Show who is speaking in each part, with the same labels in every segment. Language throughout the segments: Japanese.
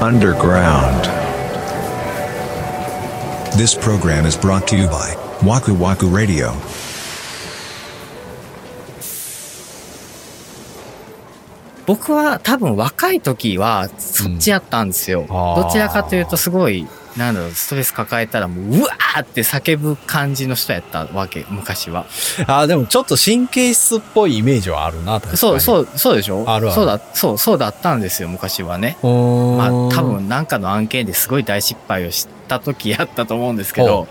Speaker 1: underground.
Speaker 2: This program is brought to you by Waku Waku Radio.
Speaker 3: 僕は多分若い時はそっちやったんですよ、
Speaker 4: あー
Speaker 3: どちらかというとすごいなんだろうストレス抱えたらもううわーって叫ぶ感じの人やったわけ昔は
Speaker 4: あ、でもちょっと神経質っぽいイメージはあるな、確かに。
Speaker 3: そう
Speaker 4: う。
Speaker 3: そうそうでしょ
Speaker 4: あるある
Speaker 3: そうだそうそうだったんですよ昔はねまあ多分なんかの案件ですごい大失敗をした時やったと思うんですけど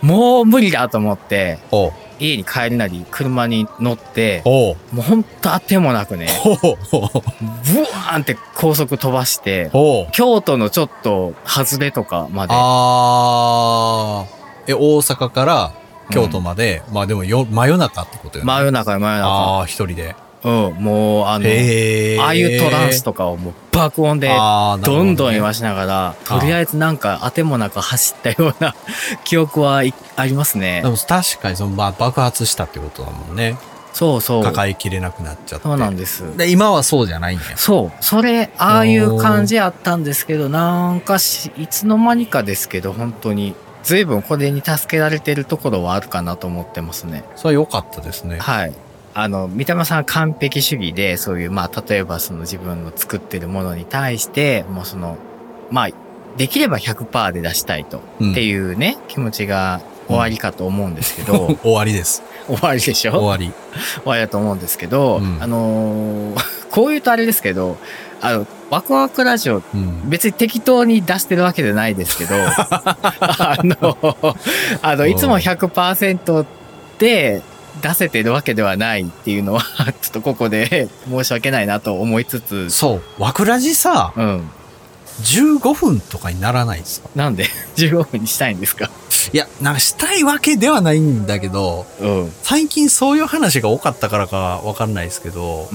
Speaker 3: もう無理だと思って
Speaker 4: おう。おう。
Speaker 3: 家に帰るなり車に乗って
Speaker 4: おう。
Speaker 3: もうほんとあてもなくね
Speaker 4: おう。おう。
Speaker 3: ブワーンって高速飛ばして
Speaker 4: おう。
Speaker 3: 京都のちょっと外れとかまで
Speaker 4: あー。え、大阪から京都まで、まあでもよ、真夜中ってことよね。
Speaker 3: 真夜中よ真夜中
Speaker 4: ああー、一人で。
Speaker 3: うんもうあの
Speaker 4: へえ。
Speaker 3: ああいうトランスとかをもう爆音で
Speaker 4: あーなる
Speaker 3: ど
Speaker 4: ほどね
Speaker 3: んどん言わしながらとりあえずなんか当てもなく走ったような 記憶はいありますね
Speaker 4: でも確かにその、まあ、爆発したってことだもんね。
Speaker 3: そうそう
Speaker 4: 抱えきれなくなっちゃって。
Speaker 3: そうなんです
Speaker 4: で今はそうじゃないんや。
Speaker 3: そうそれああいう感じやったんですけどなんかしいつの間にかですけど本当に随分これに助けられてるところはあるかなと思ってますね
Speaker 4: それは良かったですね。
Speaker 3: はい。あの、三田村さんは完璧主義で、そういう、まあ、例えばその自分の作ってるものに対して、もうその、まあ、できれば100%で出したいと、
Speaker 4: うん
Speaker 3: っていうね、気持ちが終わりかと思うん ですけど、
Speaker 4: 終わりです。
Speaker 3: 終わりでし
Speaker 4: 終
Speaker 3: ょ
Speaker 4: わり。
Speaker 3: 終わりだと思うんですけど、
Speaker 4: うん
Speaker 3: あのーこう言うとあれですけど、あの、ワクワクラジオ
Speaker 4: うん。
Speaker 3: 別に適当に出してるわけじゃないですけ ど、あの、あの、いつも100%で出せてるわけではないっていうのは、ちょっとここで 申し訳ないなと思いつつ、
Speaker 4: そう。わくらじさ、
Speaker 3: うん。
Speaker 4: 15分とかにならないですか
Speaker 3: なんで 15分にしたいんですか
Speaker 4: いや、なんかしたいわけではないんだけど、
Speaker 3: うん。うん。
Speaker 4: 最近そういう話が多かったからかわかんないですけど、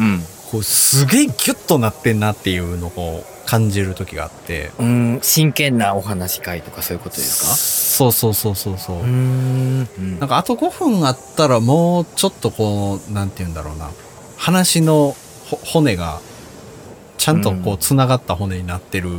Speaker 4: こうすげえギュッとなってんなっていうのを感じる時があって。
Speaker 3: うん、真剣なお話会とかそういうことです
Speaker 4: そうそうそうそうそう。
Speaker 3: かん。うん
Speaker 4: なんかあと5分あったらもうちょっとこう、なんて言うんだろうな。話のほ骨が、ちゃんとこ
Speaker 3: う
Speaker 4: う繋がった骨になってる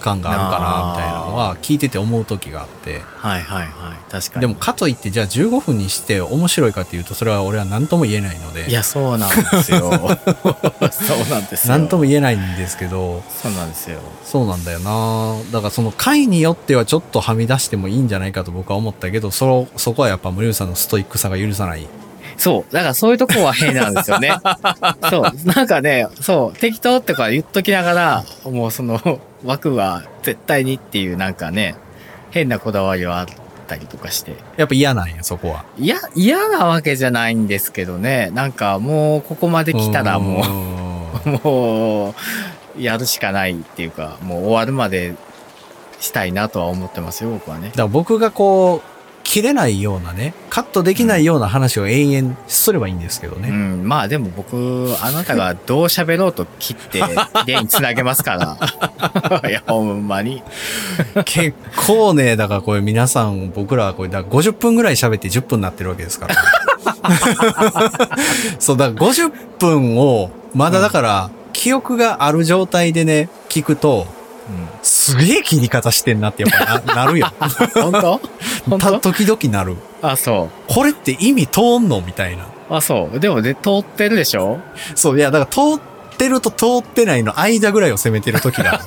Speaker 4: 感があるか
Speaker 3: あ
Speaker 4: な、
Speaker 3: ー
Speaker 4: みたいなのは聞いてて思う時があって。
Speaker 3: はいはいはい。確かに。
Speaker 4: でも、かといってじゃあ15分にして面白いかっていうと、それは俺は何とも言えないので。
Speaker 3: いや、 そうなんですよ。そうなんですよ。
Speaker 4: 何とも言えないんですけど、
Speaker 3: そうなんですよ。
Speaker 4: そうなんだよなだからその回によってはちょっとはみ出してもいいんじゃないかと僕は思ったけど、そ、そこはやっぱ森内さんのストイックさが許さない。
Speaker 3: そう。だからそういうとこは変なんですよね。そう。なんかね、そう。適当とか言っときながら、もうその枠は絶対にっていうなんかね、変なこだわりはあったりとかして。
Speaker 4: やっぱ嫌なんや、そこは。
Speaker 3: いや、嫌なわけじゃないんですけどね。なんかもうここまで来たらも
Speaker 4: う
Speaker 3: う、もう、やるしかないっていうか、もう終わるまでしたいなとは思ってますよ、僕はね
Speaker 4: だ。から僕がこう、切れないようなね、カットできないような話を延々すればいいんですけど
Speaker 3: う
Speaker 4: ね。
Speaker 3: ん、まあでも僕、あなたがどう喋ろうと切 って、例につなげますから。いや、ほんまに。
Speaker 4: 結構ね、だからこれ皆さん、僕らはこれ、だから50分ぐらい喋って10分になってるわけですから。 そう、だから50分を、まだだから、記憶がある状態でね、聞くと、
Speaker 3: う
Speaker 4: すげえ切り方してんなってやっぱななるよ。
Speaker 3: ん、本当
Speaker 4: た
Speaker 3: 本
Speaker 4: 時々なる。
Speaker 3: 当あ、そ
Speaker 4: これって意味通んのみたいな。
Speaker 3: う。あ、そう。でもね、通ってるでしょ
Speaker 4: そう、いや、だから通ってると通ってないの間ぐらいを攻めてる時が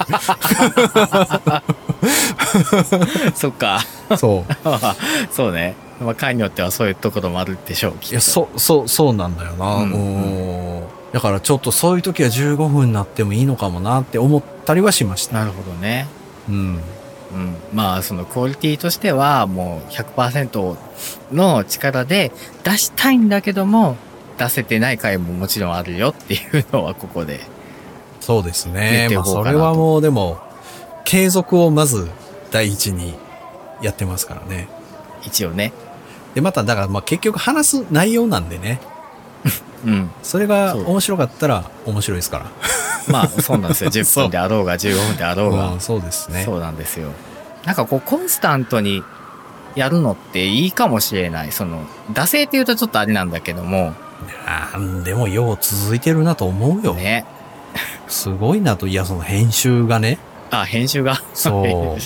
Speaker 4: ある。
Speaker 3: そっか。
Speaker 4: そう。
Speaker 3: そうね。まあ、会によってはそういうところもあるでしょう、きっと
Speaker 4: いや、そう、そう、そうなんだよな。
Speaker 3: うん
Speaker 4: うんだからちょっとそういう時は15分になってもいいのかもなって思ったりはしました。
Speaker 3: なるほどね。
Speaker 4: うん。
Speaker 3: うん。まあ、そのクオリティとしては、もう100%の力で出したいんだけども、出せてない回ももちろんあるよっていうのはここで。
Speaker 4: そうです
Speaker 3: 言
Speaker 4: ね
Speaker 3: っ。て
Speaker 4: ま
Speaker 3: お
Speaker 4: あ、
Speaker 3: こうか
Speaker 4: そ
Speaker 3: な
Speaker 4: れ
Speaker 3: と
Speaker 4: はもうでも、継続をまず第一にやってますからね。
Speaker 3: 一応ね。
Speaker 4: で、また、だからまあ結局話す内容なんでね。
Speaker 3: うん。
Speaker 4: それが
Speaker 3: そう
Speaker 4: 面白かったら面白いですから。
Speaker 3: まあ、そうなん ですよ。10
Speaker 4: そう
Speaker 3: 分であろうが、15分であろうが
Speaker 4: うん。そうですね。
Speaker 3: そうなんですよ。なんかこう、コンスタントにやるのっていいかもしれない。その、惰性って言うとちょっとあれなんだけども、
Speaker 4: なんでもよう続いてるなと思うよ。
Speaker 3: ね。
Speaker 4: すごいなと。いや、その編集がね。
Speaker 3: あ、編集が。。
Speaker 4: そ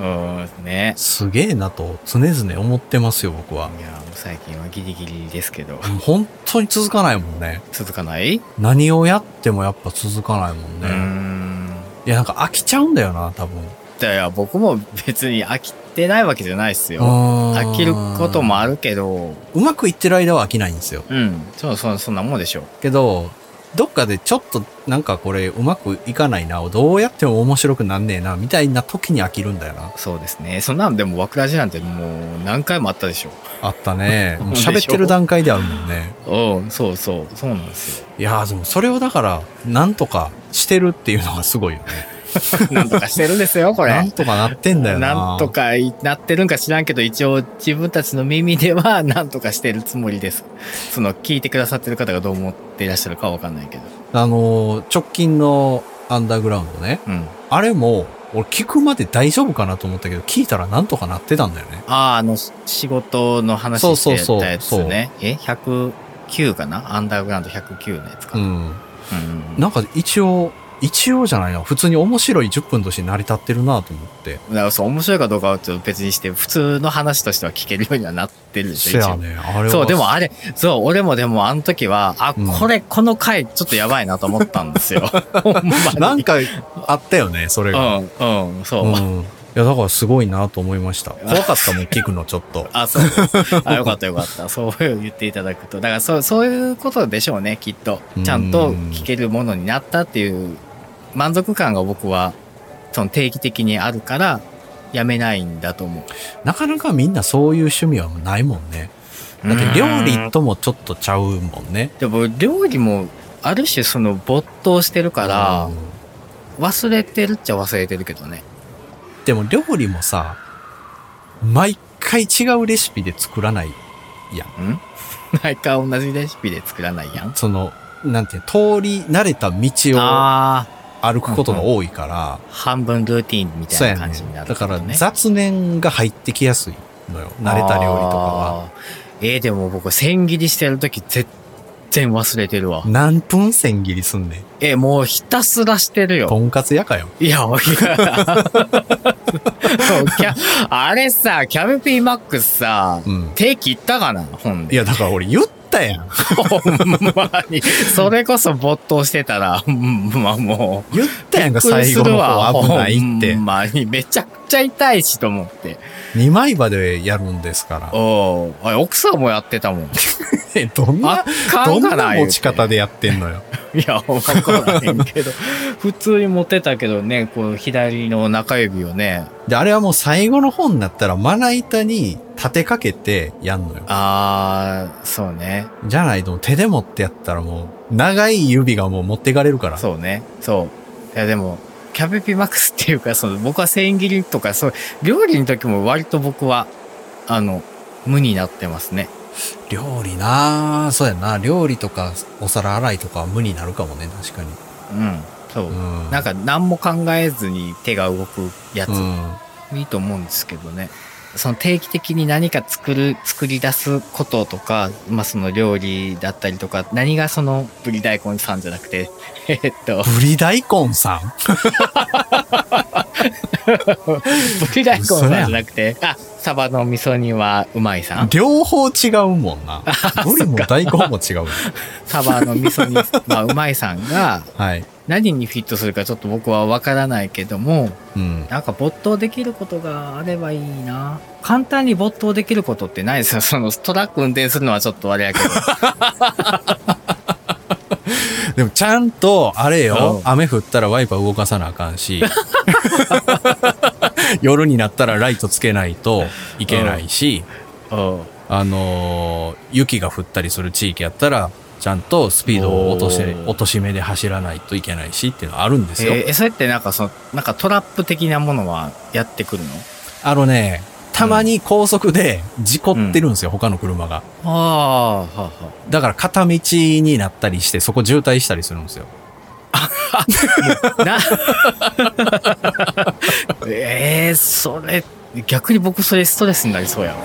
Speaker 3: うん、ね。
Speaker 4: すげえなと常々思ってますよ、僕は。
Speaker 3: いや、もう最近はギリギリですけど、
Speaker 4: もう本当に続かないもんね。
Speaker 3: 続かない、
Speaker 4: 何をやってもやっぱ続かないもん
Speaker 3: う
Speaker 4: ね。
Speaker 3: ーん。
Speaker 4: いや、なんか飽きちゃうんだよな、多分。
Speaker 3: だよ、僕も別に飽きてないわけじゃないっすよ。
Speaker 4: 飽
Speaker 3: 飽きること。もあるけど、
Speaker 4: うまくいってる間は飽きないんですよ。
Speaker 3: うん、そうそう、そんなもんでしょう。
Speaker 4: けど、どっかでちょっとなんかこれうまくいかないな、どうやっても面白くなんねえな、みたいな時に飽きるんだよな。
Speaker 3: そうですね。そんなんでも、枠ラジなんてもう何回もあったでしょ。
Speaker 4: あったね。もう
Speaker 3: でしょ
Speaker 4: 喋ってる段階であるもんね。
Speaker 3: うん、そうそう、そうなんですよ。
Speaker 4: いやーでもそれをだから、なんとかしてるっていうのがすごいよね。
Speaker 3: なんとかしてるんですよ、こ
Speaker 4: なん
Speaker 3: れ。
Speaker 4: とかなってんだよな。
Speaker 3: なんと。かなってるんか知らんけど、一応自分たちの耳では なんとかしてるつもりです。その、聞いてくださってる方がどう思っていらっしゃるかはわかんないけど。
Speaker 4: あのー、直近のアンダーグラウンドね。
Speaker 3: うん。
Speaker 4: あれも、俺聞くまで大丈夫かなと思ったけど、聞いたらなんとかなってたんだよね。
Speaker 3: ああ、あの、仕事の話してやったやつ
Speaker 4: そうそうそうそう
Speaker 3: ね。え ?109 かなアンダーグラウンド109のやつか
Speaker 4: う
Speaker 3: な。うん
Speaker 4: ん。
Speaker 3: うん
Speaker 4: なんか一応、一応じゃないな。普通に面白い10分として成り立ってるなと思って。
Speaker 3: だからそう面白いかどうかはちょっと別にして普通の話としては聞けるようにはなってるでし
Speaker 4: せ
Speaker 3: ょ
Speaker 4: や
Speaker 3: 一応
Speaker 4: ね。あれは。
Speaker 3: そう、でもあれ、そう、俺もでもあの時は、あ、
Speaker 4: うん
Speaker 3: これ、この回、ちょっとやばいなと思ったんです よ。ほんまに
Speaker 4: なんかあったよね、それが。
Speaker 3: うん、うん、そう。
Speaker 4: うん。いや、だからすごいなと思いました。 怖かったもん、聞くのちょっと。
Speaker 3: あ、そう。あ、よかったよかった。そう言っていただくと。だから、そう、そういうことでしょうね、きっと。ちゃんと聞けるものになったっていう満足感が僕は、その定期的にあるから、やめないんだと思う。
Speaker 4: なかなかみんなそういう趣味はないもんね。だって料理ともちょっとちゃうもんね。
Speaker 3: でも料理もある種その没頭してるから
Speaker 4: うん
Speaker 3: 忘れてるっちゃ忘れてるけどね
Speaker 4: でも料理もさ、毎回違うレシピで作らないやん。
Speaker 3: ん毎回同じレシピで作らないやん
Speaker 4: その、なんていうの通り慣れた道を
Speaker 3: ああ
Speaker 4: 歩くことが多いから、
Speaker 3: 半分ルーティンみ
Speaker 4: そう
Speaker 3: たい
Speaker 4: や
Speaker 3: な感
Speaker 4: ね
Speaker 3: じになる
Speaker 4: だから
Speaker 3: ね
Speaker 4: 雑念が入ってきやすいのよ。慣れた料理とかは。
Speaker 3: あーえー、でも僕千切りしてる時絶然忘れてるわ
Speaker 4: 何分千切りすんねん。
Speaker 3: えーもうひたすらしてるよ
Speaker 4: とんかつやかよ。
Speaker 3: いや、いや そうキャあれさ、キャビピーマックスさ、
Speaker 4: うん
Speaker 3: 手切ったかな本で
Speaker 4: い。 や、だから俺言ったや ん。
Speaker 3: ほんまに。それこそ没頭してたら、うんまあもう。
Speaker 4: 言ったやんか、
Speaker 3: びっくり
Speaker 4: 最
Speaker 3: す
Speaker 4: 後
Speaker 3: る
Speaker 4: の
Speaker 3: わ
Speaker 4: 方危ないっ
Speaker 3: ほ
Speaker 4: て
Speaker 3: ん。まに、めちゃくちゃ痛いしと思って。
Speaker 4: 二枚刃でやるんですから。
Speaker 3: おうあれ奥さんもやってたもん。
Speaker 4: え、どん
Speaker 3: あ
Speaker 4: な、
Speaker 3: か
Speaker 4: ど
Speaker 3: ん
Speaker 4: ん
Speaker 3: かな
Speaker 4: な持ち方
Speaker 3: で。
Speaker 4: でやってんのよ。
Speaker 3: いや、わからへんけど。 普通に持ってたけどね、こう、左の中指をね。
Speaker 4: で、あれはもう最後の方になったら、まな板に立てかけてやんのよ。
Speaker 3: あー、そうね。
Speaker 4: じゃないと、手で持ってやったらもう、長い指がもう持ってかれるから。
Speaker 3: そうね。そう。いや、でも、キャベピマックスっていうか、その、僕は千切りとか、そう、料理の時も割と僕は、あの、無になってますね。
Speaker 4: 料理なぁ、そうやな。料理とか、お皿洗いとかは無になるかもね、確かに。
Speaker 3: うん。そう。
Speaker 4: うん。
Speaker 3: なんか何も考えずに手が動くやつ、
Speaker 4: うん。
Speaker 3: いいと思うんですけどね。その定期的に何か作る、作り出すこととか、まあその料理だったりとか、何がそのブリ大根さんじゃなくて、 えっと、
Speaker 4: ぶり大根さん
Speaker 3: ブリ大根さんじゃなくて、あ、サバの味噌煮はうまいさん。
Speaker 4: 両方違うもん な。ぶりも大根も違う ね。
Speaker 3: サバの味 噌煮はうまいさんが、
Speaker 4: はい。
Speaker 3: 何にフィットするかちょっと僕はわからないけども、
Speaker 4: うん。
Speaker 3: なんか没頭できることがあればいいな。簡単に没頭できることってないですよ。 そのトラック運転するのはちょっとあれやけど。
Speaker 4: でもちゃんと、あれよ
Speaker 3: う、ん
Speaker 4: 雨降ったらワイパー動かさなあかん し、夜になったらライトつけないといけないし、
Speaker 3: うん
Speaker 4: あのー雪が降ったりする地域やったら、ちゃんとスピードを落として、
Speaker 3: おー
Speaker 4: 落とし目で走らないといけないしっていうのはあるんですよ。
Speaker 3: えーえそれってなんかその、なんかトラップ的なものはやってくるの
Speaker 4: あのね、たまに高速で事故ってるんですよ、他の車が。
Speaker 3: ああ、はあ、は
Speaker 4: だから片道になったりして、そこ渋滞したりするんですよ。
Speaker 3: あ。 な、えー、それ、逆に僕それストレスになりそうやわ